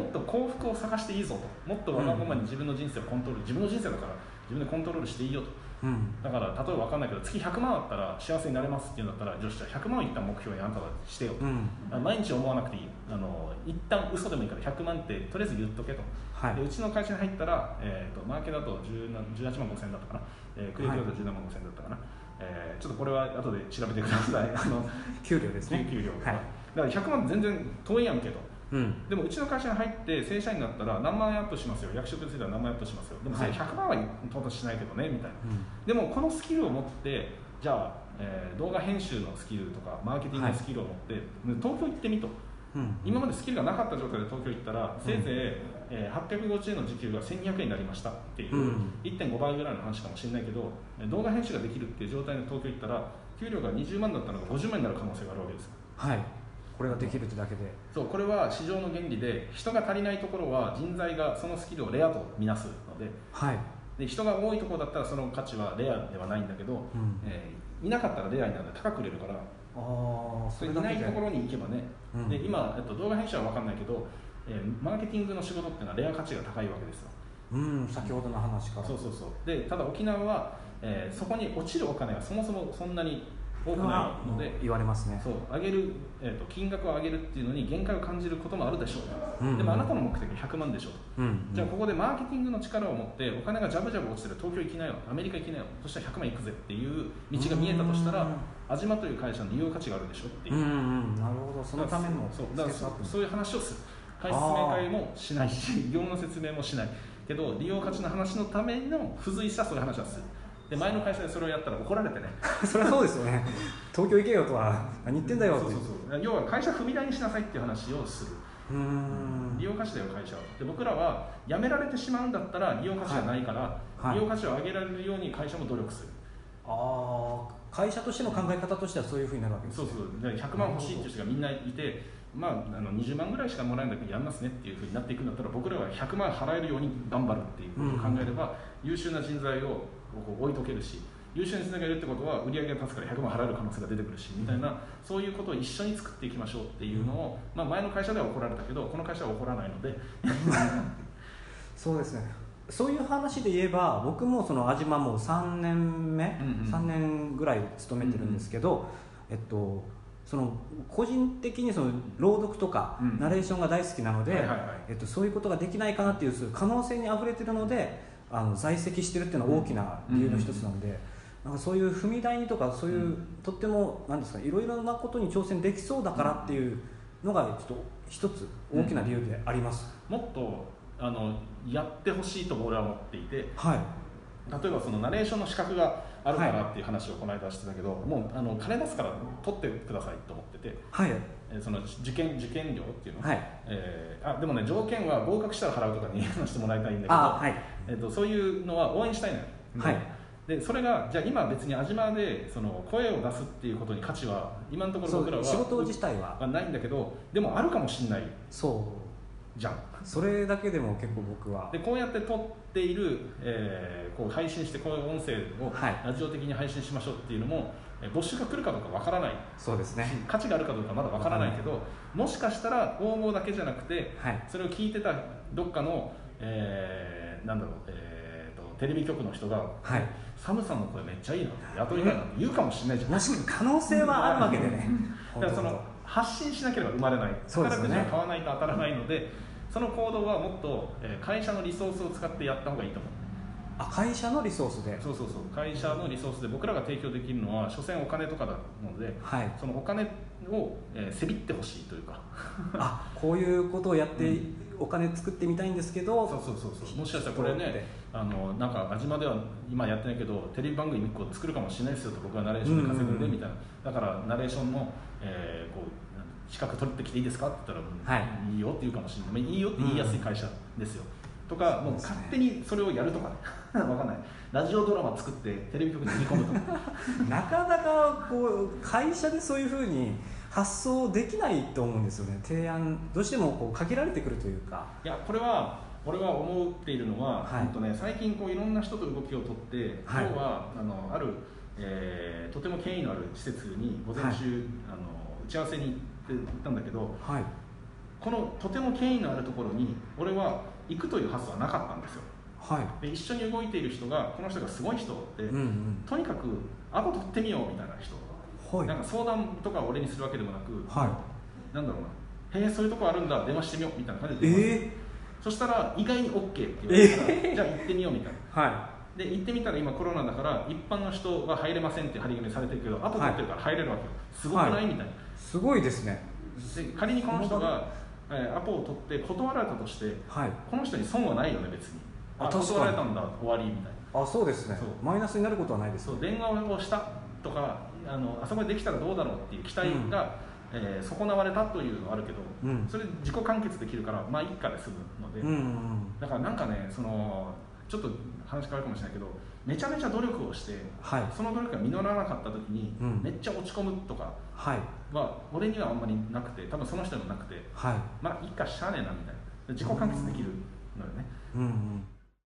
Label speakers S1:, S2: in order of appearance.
S1: クを探していいぞともっとわがままに自分の人生をコントロール自分の人生だから自分でコントロールしていいよと
S2: うん
S1: だから例えば分かんないけど月100万あったら幸せになれますっていうんだったら女子は100万を一旦目標にあんたはしてよと、
S2: うん
S1: あ毎日思わなくていいあの一旦嘘でもいいから100万ってとりあえず言っとけと、
S2: はい
S1: でうちの会社に入ったら、えー、とマーケだと17 18万5千だったかな、えー、クリエイティブだと17万5千だったかな、えーちょっとこれは後で調べてくださいあの
S2: 給料ですね
S1: 給料が、
S2: はい
S1: だから100万全然遠いやんけと
S2: うん
S1: でもうちの会社に入って正社員になったら何万円アップしますよ役職については何万円アップしますよでもそれ
S2: はい
S1: 100万は到達しないけどねみたいな
S2: うん
S1: でもこのスキルを持ってじゃあ、えー動画編集のスキルとかマーケティングのスキルを持って、東京行ってみと
S2: うん
S1: 今までスキルがなかった状態で東京行ったら
S2: ん
S1: せいぜい、えー850円の時給が1200円になりましたっていう、
S2: うん
S1: 1.5倍ぐらいの話かもしれないけどえー動画編集ができるっていう状態で東京行ったら給料が20万だったのが50万になる可能性があるわけです
S2: はいこれができるってだけで
S1: そうこれは市場の原理で人が足りないところは人材がそのスキルをレアとみなすので
S2: はい
S1: で人が多いところだったらその価値はレアではないんだけど、
S2: うん
S1: えーいなかったらレアになるので高く売れるから
S2: ああ
S1: それいないところに行けばね、
S2: うん
S1: で今、えっと、動画編集は分かんないけど、えーマーケティングの仕事っていうのはレア価値が高いわけですよ
S2: うん先ほどの話から
S1: そうそうそうでただ沖縄は、えーそこに落ちるお金がそもそもそんなに多くないので
S2: 言われますね
S1: そう上げる、えー、と金額を上げるっていうのに限界を感じることもあるでしょうと、
S2: うん
S1: でもあなたの目的は100万でしょうと
S2: うん
S1: じゃあここでマーケティングの力を持ってお金がジャブジャブ落ちてる東京行きなよアメリカ行きなよそしたら100万行くぜっていう道が見えたとした
S2: う
S1: ら
S2: ん
S1: 安島という会社の利用価値があるでしょっていう
S2: うんうんなるほどそのための
S1: そうだから
S2: ステ
S1: そ
S2: ップアップ
S1: そういう話をする会説明会もしないし業務の説明もしないけど利用価値の話のための付随したそういう話はするで前の会社でそれをやったら怒られてね
S2: そりゃそうですよね東京行けよとは何言ってんだよって
S1: そう
S2: い
S1: そううそう要は会社踏み台にしなさいっていう話をする
S2: うーん
S1: 利用価値だよ会社はで僕らは辞められてしまうんだったら利用価値がないから、
S2: はい
S1: 利用価値を上げられるように会社も努力する
S2: ああ会社としての考え方としてはそういうふうになるわけです
S1: そう
S2: ね
S1: そうで100万欲しいっていう人がみんないて、まあ、あの20万ぐらいしかもらえないけどやんますねっていうふうになっていくんだったら僕らは100万払えるように頑張るっていうことを考えれば、優秀な人材をこう置いとけるし優秀な人材がいるってことは売り上げが立つから100万払える可能性が出てくるしみたいなそういうことを一緒に作っていきましょうっていうのを、まあ、前の会社では怒られたけどこの会社は怒らないので
S2: そうですねそういう話で言えば僕もその安島もう3年目、
S1: うんうん
S2: 3年ぐらい勤めてるんですけど、えっとその個人的にその朗読とか
S1: うん
S2: ナレーションが大好きなので、
S1: はいはいはい
S2: えっと、そういうことができないかなっていうそういう可能性にあふれてるのであの在籍してるっていうのは大きな理由の一つなので、なんかそういう踏み台にとかそういう、
S1: うん
S2: とってもなんですかいろいろなことに挑戦できそうだからっていうのがちょっと一つ大きな理由であります。
S1: もっとあのやってほしいと俺は思っていて。
S2: はい
S1: 例えばそのナレーションの資格があるか
S2: は
S1: らっていう話をこの間してたけど、もうあの金出すから取ってくださいと思ってて、
S2: はい
S1: えーその受験受験料っていうの、
S2: はい
S1: えーあでもね条件は合格したら払うとかに 話してもらいたいんだけど、
S2: あはい
S1: えー、とそういうのは応援したいのよ。
S2: はい
S1: でそれがじゃあ今別に安島でその声を出すっていうことに価値は今のところ
S2: そ
S1: 僕ら
S2: う
S1: は
S2: 仕事自体は
S1: はないんだけどでもあるかもしれない
S2: そう
S1: じゃん
S2: それだけでも結構僕は
S1: でこうやって撮っている、えーこう配信してこういう音声を
S2: はい
S1: ラジオ的に配信しましょうっていうのも、えー募集が来るかどうかわからない
S2: そうですね
S1: 価値があるかどうかまだわからないけどもしかしたら応募だけじゃなくて
S2: はい
S1: それを聞いてたどっかの、えーなんだろう、えーとテレビ局の人が
S2: はい
S1: 「サムさんの声めっちゃいいな」雇いたいなって言うかもしれないじゃん。
S2: もし可能性はあるわけでね
S1: だからその発信しなければ生まれない
S2: そうです
S1: 宝
S2: よ
S1: く
S2: ね
S1: じは買わないと当たらないのでその行動はもっと、えー会社のリソースを使ってやった方がいいと思う。
S2: あ会社のリソースで
S1: そうそうそう会社のリソースで僕らが提供できるのは所詮お金とかなので
S2: はい
S1: そのお金を、えーせびってほしいというか
S2: あこういうことをやって、
S1: う
S2: お金作ってみたいんですけど
S1: そうそうそうそうもしかしたらこれ
S2: そうって
S1: ねあのなんか安島では今やってないけどテレビ番組1個作るかもしれないですよと僕はナレーションで稼ぐんで
S2: うん
S1: みたいなだからナレーションの、えーこうなん資格取ってきていいですかって言ったら、、
S2: はい
S1: いよって言うかもしれないまあいいよって言いやすい会社ですよ、とかもう勝手にそれをやるとかね わかんないラジオドラマ作ってテレビ局に売り込むとか
S2: なかなかこう会社でそういうふうに発想できないと思うんですよね提案どうしてもこう限られてくるというか
S1: いやこれは俺は思っているのは、
S2: はい
S1: ほんとね、最近こういろんな人と動きをとって今
S2: はい
S1: 日はあのある、えーとても権威のある施設に午前中、あの打ち合わせに行って行ったんだけど
S2: はい
S1: このとても権威のあるところに俺は行くという発想はなかったんですよ
S2: はい
S1: で一緒に動いている人がこの人がすごい人で、
S2: うんうん
S1: とにかくアポ取ってみようみたいな人、
S2: はい
S1: なんか相談とかを俺にするわけでもなく、
S2: は
S1: なんだろうなへえそういうとこあるんだ電話してみようみたいな感じ
S2: い
S1: で電話する
S2: え
S1: そしたら意外に OK って言われたから、じゃあ行ってみようみたいな
S2: ー、は
S1: で行ってみたら今コロナだから一般の人は入れませんって張り紙されてるけど後取ってるから入れるわけよ、すごくない、
S2: はい
S1: みたいない
S2: すごいですね
S1: で仮にこの人が、えーアポを取って断られたとして
S2: はい
S1: この人に損はないよね別にあ
S2: あ確かに
S1: 断られたんだ終わりみたいな
S2: あそうですね
S1: そう
S2: マイナスになることはないです
S1: そう電話をしたとかあのあそこでできたらどうだろうっていう期待が、えー損なわれたというのはあるけど、
S2: うん
S1: それ自己完結できるからまあいいかで済むので、
S2: うんうん
S1: だからなんかねそのちょっと話変わるかもしれないけどめちゃめちゃ努力をして
S2: はい
S1: その努力が実らなかった時に、
S2: うん
S1: めっちゃ落ち込むとか
S2: はい
S1: は俺にはあんまりなくて多分その人にもなくて
S2: はい
S1: まあいっかしゃあねえなみたいな自己完結できるのよね、
S2: うんうん